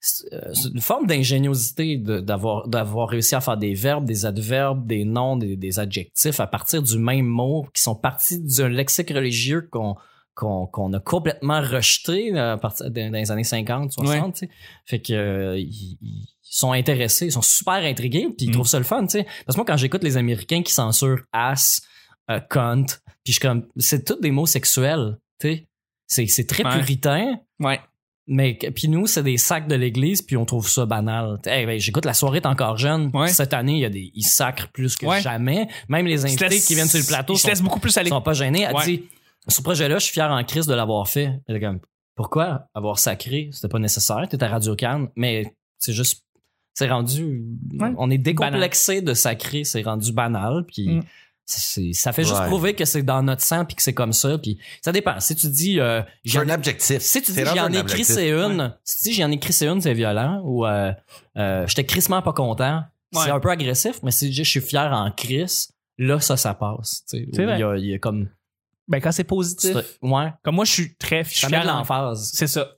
[SPEAKER 3] C'est euh, c'est une forme d'ingéniosité de- d'avoir d'avoir réussi à faire des verbes, des adverbes, des noms, des, des adjectifs à partir du même mot qui sont partis d'un lexique religieux qu'on qu'on qu'on a complètement rejeté là, à partir des- dans les années 50, 60. tu sais. Fait que euh, ils, ils sont intéressés, ils sont super intrigués, puis ils
[SPEAKER 1] Mm.
[SPEAKER 3] trouvent ça le fun, tu sais. Parce que moi, quand j'écoute les Américains qui censurent ass, euh, cunt, puis je suis comme, c'est tous des mots sexuels, tu sais. C'est- C'est très
[SPEAKER 1] Ouais.
[SPEAKER 3] puritain.
[SPEAKER 1] Ouais.
[SPEAKER 3] Mais que- puis nous, c'est des sacs de l'église, puis on trouve ça banal. Hey, ben, j'écoute la soirée t'es encore jeune.
[SPEAKER 1] Ouais.
[SPEAKER 3] Cette année, il y a des ils sacrent plus que
[SPEAKER 1] Ouais.
[SPEAKER 3] jamais. Même les
[SPEAKER 1] Ils se
[SPEAKER 3] invités
[SPEAKER 1] laissent-
[SPEAKER 3] qui viennent sur le plateau
[SPEAKER 1] Ils se
[SPEAKER 3] sont,
[SPEAKER 1] laissent beaucoup plus aller.
[SPEAKER 3] sont pas gênés. Elle
[SPEAKER 1] Ouais.
[SPEAKER 3] dit ce projet-là, je suis fier en crise de l'avoir fait. Elle est comme, pourquoi avoir sacré C'était pas nécessaire. T'étais à Radio Cannes, mais c'est juste c'est rendu.
[SPEAKER 1] Ouais.
[SPEAKER 3] On est décomplexé de sacré, c'est rendu banal. Puis
[SPEAKER 1] Mm.
[SPEAKER 3] c'est- ça fait juste
[SPEAKER 2] Ouais.
[SPEAKER 3] prouver que c'est dans notre sang puis que c'est comme ça. Puis ça dépend. Si tu dis euh,
[SPEAKER 2] J'ai
[SPEAKER 3] j'en-
[SPEAKER 2] un objectif.
[SPEAKER 3] si tu dis
[SPEAKER 2] C'est rendu
[SPEAKER 3] j'en
[SPEAKER 2] un
[SPEAKER 3] ai écrit
[SPEAKER 2] objectif.
[SPEAKER 3] c'est une, si tu dis j'en ai écrit c'est une, c'est violent ou euh, euh, j'étais crissement pas content,
[SPEAKER 1] Ouais.
[SPEAKER 3] c'est un peu agressif, mais si tu dis je suis fier en crise, là ça ça passe. tu sais.
[SPEAKER 1] C'est vrai.
[SPEAKER 3] Il y a, il y a comme
[SPEAKER 1] Ben quand c'est positif.
[SPEAKER 3] ouais,
[SPEAKER 1] Comme moi je suis très je suis
[SPEAKER 3] ça met de
[SPEAKER 1] fier en-
[SPEAKER 3] l'emphase.
[SPEAKER 1] C'est ça.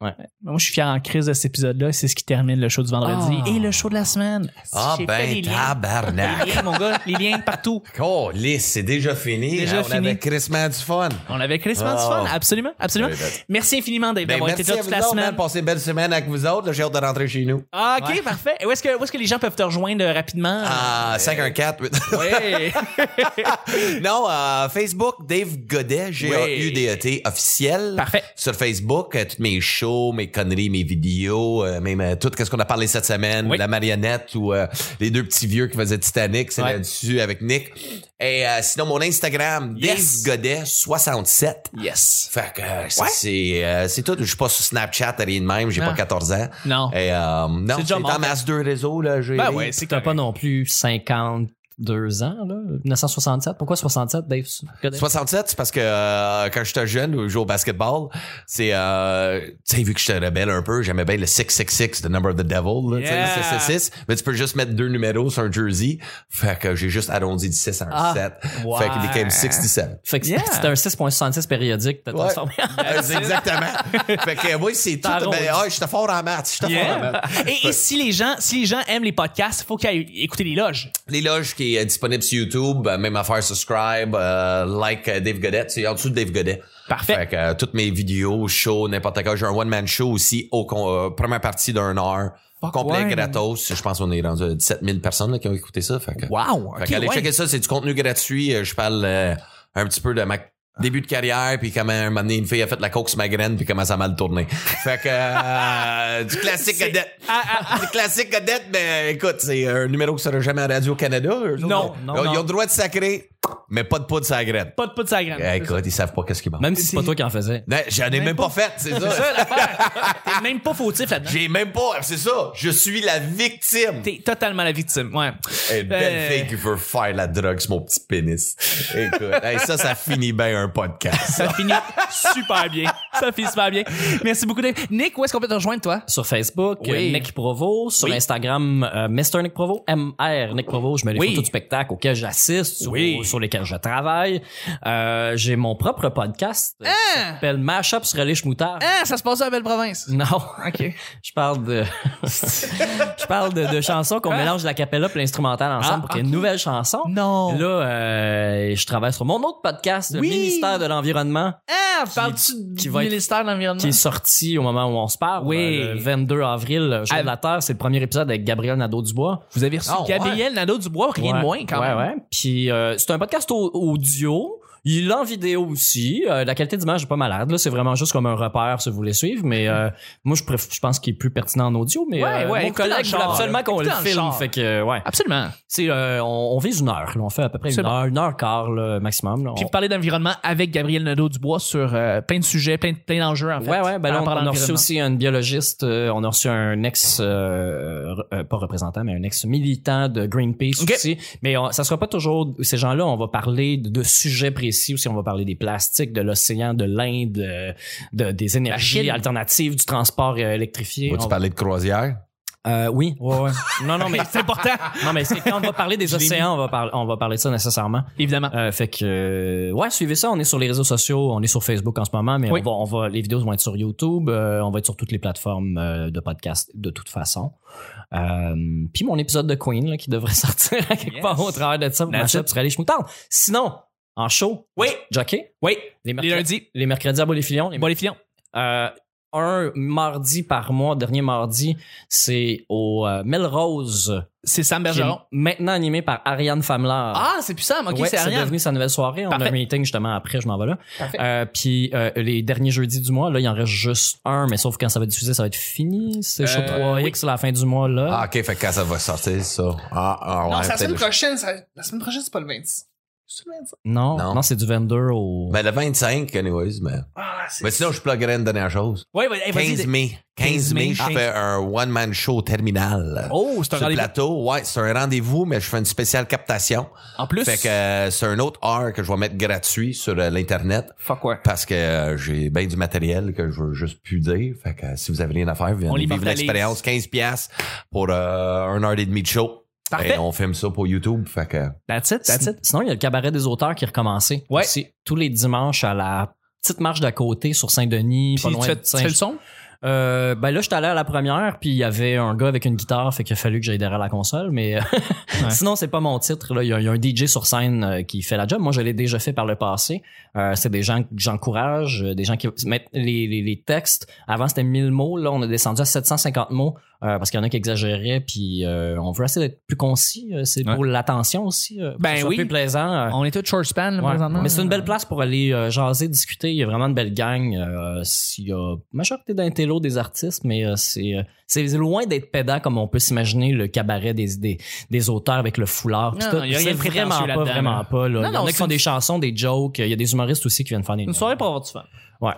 [SPEAKER 1] Ben,
[SPEAKER 3] Ouais.
[SPEAKER 1] Moi, je suis fier en crise de cet épisode-là. C'est ce qui termine le show du vendredi
[SPEAKER 3] Ah.
[SPEAKER 1] et le show de la semaine.
[SPEAKER 2] Ah
[SPEAKER 1] J'ai fait
[SPEAKER 2] ben,
[SPEAKER 1] des liens.
[SPEAKER 2] tabarnak.
[SPEAKER 1] Les liens, mon gars, les liens partout.
[SPEAKER 2] Oh, lisse, c'est déjà fini.
[SPEAKER 1] Déjà
[SPEAKER 2] Hein, on
[SPEAKER 1] fini. Eh
[SPEAKER 2] avait crissement du fun.
[SPEAKER 1] On avait Chris
[SPEAKER 2] Oh.
[SPEAKER 1] Mann, du fun, absolument, absolument.
[SPEAKER 2] Ouais, ben-
[SPEAKER 1] Merci infiniment Dave
[SPEAKER 2] Ben,
[SPEAKER 1] d'avoir été
[SPEAKER 2] merci
[SPEAKER 1] là
[SPEAKER 2] à
[SPEAKER 1] toute
[SPEAKER 2] vous
[SPEAKER 1] la
[SPEAKER 2] autres,
[SPEAKER 1] semaine.
[SPEAKER 2] man. Passez une belle semaine avec vous autres. là. J'ai hâte de rentrer chez nous.
[SPEAKER 1] Ah, ok, parfait. Et Où est-ce que où est-ce que les gens peuvent te rejoindre euh, rapidement
[SPEAKER 2] Ah, 514.
[SPEAKER 1] Ouais.
[SPEAKER 2] non, euh, Facebook, Dave Godet, G-A-U-D-E-T, E officiel.
[SPEAKER 1] Parfait.
[SPEAKER 2] Sur Facebook, euh, toutes mes shows, mes conneries, mes vidéos, euh, même euh, tout ce qu'on a parlé cette semaine,
[SPEAKER 1] Oui.
[SPEAKER 2] la marionnette ou euh, les deux petits vieux qui faisaient Titanic, c'est
[SPEAKER 3] Ouais.
[SPEAKER 2] là-dessus avec Nick. Et euh, sinon, mon Instagram,
[SPEAKER 1] Yes.
[SPEAKER 2] Dave Godet 67.
[SPEAKER 1] Yes.
[SPEAKER 2] Fait que euh,
[SPEAKER 1] Ouais.
[SPEAKER 2] ça, c'est euh, c'est tout. Je suis pas sur Snapchat, rien de même. J'ai
[SPEAKER 1] Non.
[SPEAKER 2] pas 14 ans.
[SPEAKER 1] Non.
[SPEAKER 2] Et euh, non,
[SPEAKER 1] C'est
[SPEAKER 2] c'est
[SPEAKER 1] déjà mort.
[SPEAKER 2] dans masse deux réseaux là. J'ai
[SPEAKER 1] Ben
[SPEAKER 2] les-
[SPEAKER 1] ouais, c'est
[SPEAKER 3] T'as
[SPEAKER 1] correct.
[SPEAKER 3] pas non plus 52 ans là, 1967. Pourquoi 67 Dave
[SPEAKER 2] 67, c'est parce que euh, quand j'étais jeune, je jouais au basketball. C'est, euh, tu sais, vu que j'étais rebelle un peu, j'aimais bien le 666, The Number of the Devil, là, tu sais,
[SPEAKER 1] Yeah.
[SPEAKER 2] le 666. Mais tu peux juste mettre deux numéros sur un jersey. Fait que j'ai juste arrondi du 6 à un
[SPEAKER 3] Ah.
[SPEAKER 2] 7.
[SPEAKER 1] Wow.
[SPEAKER 2] Fait qu'il became 67.
[SPEAKER 3] Fait que
[SPEAKER 1] Yeah.
[SPEAKER 3] c'était un 6.66 périodique, t'as
[SPEAKER 2] Ouais.
[SPEAKER 3] transformé en-
[SPEAKER 2] Euh, c'est exactement. fait que moi, c'est tout.
[SPEAKER 3] T'as
[SPEAKER 2] Ben,
[SPEAKER 3] arrondi.
[SPEAKER 2] ah, j'étais fort en maths. J'étais fort en maths.
[SPEAKER 1] Yeah. Et, et si les gens si les gens aiment les podcasts, faut qu'ils aillent écouter les loges.
[SPEAKER 2] Les loges qui est disponible sur YouTube, euh, même affaire subscribe, euh, like euh, Dave Godet, c'est en dessous de Dave Godet.
[SPEAKER 1] Parfait.
[SPEAKER 2] Fait que euh, toutes mes vidéos, shows, n'importe quoi, j'ai un one man show aussi au con- euh, première partie d'un heure,
[SPEAKER 1] Fuck
[SPEAKER 2] complet
[SPEAKER 1] ouais.
[SPEAKER 2] gratos. Je pense qu'on est rendu à 17 000 personnes là, qui ont écouté ça. Fait que,
[SPEAKER 1] Wow.
[SPEAKER 2] fait
[SPEAKER 1] ok,
[SPEAKER 2] qu'allez
[SPEAKER 1] ouais.
[SPEAKER 2] checker ça, c'est du contenu gratuit. Euh, Je parle euh, un petit peu de ma début de carrière puis comment un moment donné, une fille a fait la coke sur ma graine puis comment ça a mal tourné. Fait que euh, du classique
[SPEAKER 1] C'est-
[SPEAKER 2] Godet.
[SPEAKER 1] Ah, ah,
[SPEAKER 2] C'est classique ben, Odette, mais écoute, c'est un numéro qui sera jamais à Radio-Canada. Eux autres, Euh,
[SPEAKER 1] Non,
[SPEAKER 2] ils-
[SPEAKER 1] non,
[SPEAKER 2] Ils
[SPEAKER 1] non.
[SPEAKER 2] ont le droit de sacrer, mais pas de poudre sur la graine.
[SPEAKER 1] Pas de poudre sur la graine.
[SPEAKER 2] Eh, écoute, ils savent pas qu'est-ce qu'ils mangent.
[SPEAKER 3] Même si c'est pas toi qui en faisais.
[SPEAKER 2] Non, J'en ai même, pas, fait, c'est ça.
[SPEAKER 1] C'est ça l'affaire. T'es même pas fautif là-dedans.
[SPEAKER 2] J'ai même pas, c'est ça. Je suis la victime.
[SPEAKER 1] T'es totalement la victime, ouais. Euh,
[SPEAKER 2] Une belle fille qui veut faire la drogue sur mon petit pénis. Écoute, hey, ça, ça finit bien un podcast.
[SPEAKER 1] Ça finit super bien. Ça finit super bien. Merci beaucoup, Dave. Nick, où est-ce qu'on peut te rejoindre, toi?
[SPEAKER 3] Sur Facebook,
[SPEAKER 1] Oui.
[SPEAKER 3] euh, Nick Provo. Sur
[SPEAKER 1] Oui.
[SPEAKER 3] Instagram, euh, Mr. Nick Provo, MR Nick Provo. Je mets les
[SPEAKER 1] Oui.
[SPEAKER 3] photos du spectacle auquel j'assiste,
[SPEAKER 1] Oui.
[SPEAKER 3] ou sur lesquels je travaille. Euh, J'ai mon propre podcast. euh, qui
[SPEAKER 1] Hein?
[SPEAKER 3] s'appelle Mashup sur les Moutard.
[SPEAKER 1] Ah, ça se passe à Belle Province.
[SPEAKER 3] Non,
[SPEAKER 1] OK.
[SPEAKER 3] je parle de je parle de, de chansons qu'on mélange la capella et l'instrumental ensemble
[SPEAKER 1] Hein? Ah,
[SPEAKER 3] pour qu'il y ait une nouvelle chanson.
[SPEAKER 1] Non.
[SPEAKER 3] Là, euh, je travaille sur mon autre podcast, le
[SPEAKER 1] Oui.
[SPEAKER 3] ministère de l'environnement,
[SPEAKER 1] Ah, parles-tu du
[SPEAKER 3] qui va être-
[SPEAKER 1] ministère de l'Environnement?
[SPEAKER 3] qui est sorti au moment où on se parle,
[SPEAKER 1] Oui.
[SPEAKER 3] euh, le 22 avril, euh, jour
[SPEAKER 1] Ah.
[SPEAKER 3] de la Terre. C'est le premier épisode avec Gabriel Nadeau-Dubois.
[SPEAKER 1] Vous avez reçu
[SPEAKER 2] Ah, ouais.
[SPEAKER 1] Gabriel Nadeau-Dubois, rien de
[SPEAKER 3] Ouais.
[SPEAKER 1] moins, quand
[SPEAKER 3] Ouais,
[SPEAKER 1] même.
[SPEAKER 3] ouais. Puis euh, c'est un podcast au- audio. Il est en vidéo aussi. Euh, la qualité d'image est pas malade. Là, c'est vraiment juste comme un repère si vous voulez suivre. Mais euh, moi, je, préf- je pense qu'il est plus pertinent en audio. Mais
[SPEAKER 1] Ouais, ouais,
[SPEAKER 3] euh, mon
[SPEAKER 1] écoutez dans le
[SPEAKER 3] collègue voulait
[SPEAKER 1] char, là.
[SPEAKER 3] absolument qu'on le
[SPEAKER 1] Écoutez dans le
[SPEAKER 3] filme.
[SPEAKER 1] char.
[SPEAKER 3] Fait que euh, ouais,
[SPEAKER 1] Absolument.
[SPEAKER 3] c'est euh, on, on vise une heure. là. On fait à peu près
[SPEAKER 1] C'est
[SPEAKER 3] une heure, une heure quart là, maximum. là.
[SPEAKER 1] Puis
[SPEAKER 3] On-
[SPEAKER 1] vous parlez d'environnement avec Gabriel Nadeau-Dubois sur euh, plein de sujets, plein, de- plein d'enjeux, en fait.
[SPEAKER 3] Ouais, ouais, ben
[SPEAKER 1] par
[SPEAKER 3] là, on,
[SPEAKER 1] rapport à
[SPEAKER 3] on a reçu
[SPEAKER 1] l'environnement.
[SPEAKER 3] aussi un biologiste, euh, on a reçu un ex, euh, re- euh, pas représentant, mais un ex-militant de Greenpeace
[SPEAKER 1] Ok.
[SPEAKER 3] aussi. Mais on- ça sera pas toujours ces gens-là, on va parler de, de sujets précis aussi, on va parler des plastiques, de l'océan, de l'Inde, euh, de, des énergies
[SPEAKER 1] Chine.
[SPEAKER 3] alternatives, du transport euh, électrifié.
[SPEAKER 2] Vas-tu
[SPEAKER 3] On-
[SPEAKER 2] parler de croisière?
[SPEAKER 3] Euh, oui, ouais, ouais. non, non, mais,
[SPEAKER 1] C'est important,
[SPEAKER 3] non, mais c'est quand on va parler des océans, on va, parler on va parler de ça nécessairement.
[SPEAKER 1] évidemment.
[SPEAKER 3] Euh, fait que euh, ouais, suivez ça. On est sur les réseaux sociaux, on est sur Facebook en ce moment, mais
[SPEAKER 1] Oui.
[SPEAKER 3] on va, on va- les vidéos vont être sur YouTube, euh, on va être sur toutes les plateformes euh, de podcast de toute façon. Euh, Puis mon épisode de Queen là, qui devrait sortir à quelque
[SPEAKER 1] Yes.
[SPEAKER 3] part au travers de ça pour
[SPEAKER 1] That's
[SPEAKER 3] ma
[SPEAKER 1] it.
[SPEAKER 3] shop sur Alice Moutarde. Sinon, en show,
[SPEAKER 1] Oui.
[SPEAKER 3] jockey,
[SPEAKER 1] Oui.
[SPEAKER 3] les
[SPEAKER 1] Les
[SPEAKER 3] mercredis,
[SPEAKER 1] lundis,
[SPEAKER 3] les mercredis à Boléfilion, les
[SPEAKER 1] bon les filons.
[SPEAKER 3] euh, un mardi par mois, dernier mardi, c'est au euh, Melrose,
[SPEAKER 1] C'est Sam
[SPEAKER 3] qui est
[SPEAKER 1] Bergeron.
[SPEAKER 3] maintenant animé par Ariane Famlar.
[SPEAKER 1] Ah, c'est plus Sam. OK,
[SPEAKER 3] Ouais,
[SPEAKER 1] c'est Ariane.
[SPEAKER 3] devenu sa nouvelle soirée. On
[SPEAKER 1] Parfait.
[SPEAKER 3] a un meeting justement après, je m'en vais là.
[SPEAKER 1] Parfait.
[SPEAKER 3] Euh, puis euh, les derniers jeudis du mois, là, il en reste juste un, mais sauf quand ça va être diffusé, ça va être fini. C'est chaud
[SPEAKER 1] Euh,
[SPEAKER 3] 3X à la fin du mois là.
[SPEAKER 2] Ah, ok, fait que quand ça va sortir, ça. Ah, ah, ouais.
[SPEAKER 4] Non, c'est la
[SPEAKER 2] peut-être
[SPEAKER 4] semaine
[SPEAKER 2] le-
[SPEAKER 4] prochaine. ça- La semaine prochaine, c'est pas le 26. C'est le 25.
[SPEAKER 3] non,
[SPEAKER 2] Non.
[SPEAKER 3] non, c'est du 22 au.
[SPEAKER 2] Ben, le 25, anyways, mais.
[SPEAKER 4] Ah, c'est
[SPEAKER 2] Mais sinon, je pluggerai une dernière chose.
[SPEAKER 1] Ouais, ouais, hey, Eh, vas-y.
[SPEAKER 2] 15 mai.
[SPEAKER 1] 15
[SPEAKER 2] 15
[SPEAKER 1] mai,
[SPEAKER 2] mai, je
[SPEAKER 1] ah.
[SPEAKER 2] fais un one-man show terminal.
[SPEAKER 1] Oh, c'est un
[SPEAKER 2] Sur le
[SPEAKER 1] rendez-vous.
[SPEAKER 2] plateau, ouais, c'est un rendez-vous, mais je fais une spéciale captation.
[SPEAKER 1] En plus,
[SPEAKER 2] Fait que euh, c'est un autre heure que je vais mettre gratuit sur euh, l'Internet
[SPEAKER 4] Fuck ouais.
[SPEAKER 2] parce que euh, j'ai bien du matériel que je veux juste plus dire. Fait que euh, si vous avez rien à faire, venez
[SPEAKER 1] On
[SPEAKER 2] vivre
[SPEAKER 1] l'immortalise.
[SPEAKER 2] l'expérience. 15 piastres pour euh, un heure et demie de show.
[SPEAKER 1] Parfait.
[SPEAKER 2] Et ben, on filme ça pour YouTube. Fait que
[SPEAKER 1] that's it, that's
[SPEAKER 3] Sin-
[SPEAKER 1] it.
[SPEAKER 3] Sinon, il y a le cabaret des auteurs qui est recommencé.
[SPEAKER 1] Ouais.
[SPEAKER 3] Aussi, tous les dimanches à la petite marche d'à côté sur Saint-Denis,
[SPEAKER 1] Puis
[SPEAKER 3] pas
[SPEAKER 1] tu
[SPEAKER 3] loin
[SPEAKER 1] fais,
[SPEAKER 3] de
[SPEAKER 1] tu fais le son?
[SPEAKER 3] Euh, ben là, j'étais allé à la première, puis il y avait un gars avec une guitare, fait qu'il a fallu que j'aille derrière la console, mais euh, sinon, c'est pas mon titre. là. Il y, a- il y a un DJ sur scène euh, qui fait la job. Moi, je l'ai déjà fait par le passé. Euh, c'est des gens que j'encourage, euh, des gens qui mettent les, les, les textes. Avant, c'était 1000 mots. Là, on est descendu à 750 mots euh, parce qu'il y en a qui exagéraient, puis euh, on veut essayer d'être plus concis. euh, c'est
[SPEAKER 1] Ouais.
[SPEAKER 3] pour l'attention aussi. euh, pour
[SPEAKER 1] Ben
[SPEAKER 3] que ce soit
[SPEAKER 1] oui.
[SPEAKER 3] Plus plaisant. euh,
[SPEAKER 1] On est tous short span, là,
[SPEAKER 3] Ouais.
[SPEAKER 1] présentement.
[SPEAKER 3] Mais c'est une belle place pour aller euh, jaser, discuter. Il y a vraiment une belle gang. Euh, il y a majorité d'intello des artistes, mais euh, c'est euh, c'est loin d'être pédant comme on peut s'imaginer le cabaret des, des, des auteurs avec le foulard. puis
[SPEAKER 1] Non,
[SPEAKER 3] tout.
[SPEAKER 1] non, il y a
[SPEAKER 3] C'est
[SPEAKER 1] rien de prétentieux
[SPEAKER 3] vraiment pas,
[SPEAKER 1] là-dedans, là.
[SPEAKER 3] vraiment pas. Là.
[SPEAKER 1] Non,
[SPEAKER 3] il y en
[SPEAKER 1] non,
[SPEAKER 3] a qui
[SPEAKER 1] c'est
[SPEAKER 3] font
[SPEAKER 1] une-
[SPEAKER 3] des chansons, des jokes. Il y a des humoristes aussi qui viennent faire des.
[SPEAKER 1] Une soirée pour avoir du fun.
[SPEAKER 3] Ouais.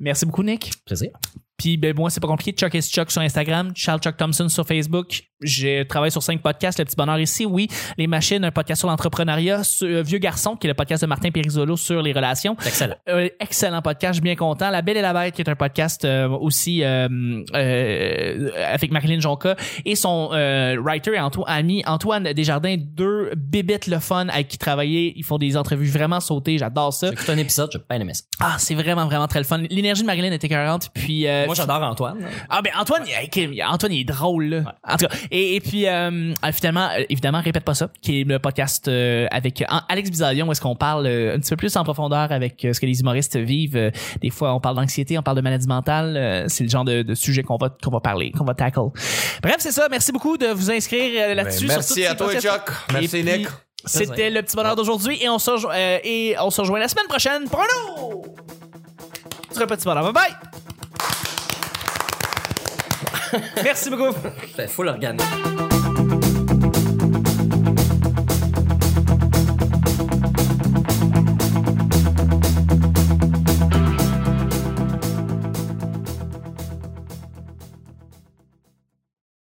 [SPEAKER 1] Merci beaucoup, Nick.
[SPEAKER 3] Plaisir.
[SPEAKER 1] Puis ben moi c'est pas compliqué, Chuck is Chuck sur Instagram, Charles Chuck Thompson sur Facebook. Je travaille sur cinq podcasts, le petit bonheur ici, oui, les machines, un podcast sur l'entrepreneuriat, sur, euh, Vieux garçon qui est le podcast de Martin Perisolo sur les relations.
[SPEAKER 3] Excellent.
[SPEAKER 1] Euh, excellent podcast, je suis bien content. La Belle et la Bête, qui est un podcast euh, aussi euh, euh, avec Marilyn Jonca et son euh, writer et Anto- ami Antoine Desjardins, deux bibittes le fun avec qui travailler. Ils font des entrevues vraiment sautées, j'adore ça.
[SPEAKER 3] J'ai écouté un épisode, j'ai pas aimé ça.
[SPEAKER 1] Ah, c'est vraiment, vraiment très le fun. L'énergie de Marilyn était 40, puis... euh,
[SPEAKER 3] Moi, j'adore Antoine.
[SPEAKER 1] ah ben Antoine, il- Kim, Antoine il est drôle là. En tout cas, et, et puis euh, euh, finalement, euh, évidemment, répète pas ça, qui est le podcast euh, avec euh, Alex Bizalion, où est-ce qu'on parle euh, un petit peu plus en profondeur avec euh, ce que les humoristes vivent. Euh, des fois, on parle d'anxiété, on parle de maladie mentale. Euh, c'est le genre de, de sujet qu'on va qu'on va parler, qu'on va tackle. Bref, c'est ça. Merci beaucoup de vous inscrire euh, là-dessus.
[SPEAKER 2] Ben,
[SPEAKER 1] sur
[SPEAKER 2] merci
[SPEAKER 1] toutes ces
[SPEAKER 2] à toi,
[SPEAKER 1] podcasts.
[SPEAKER 2] Chuck. Merci,
[SPEAKER 1] puis,
[SPEAKER 2] Nick.
[SPEAKER 1] C'était le petit bonheur d'aujourd'hui et on se rejoint, euh, et on se rejoint la semaine prochaine pour un autre petit bonheur. Bye bye. merci beaucoup.
[SPEAKER 3] Fait full organique.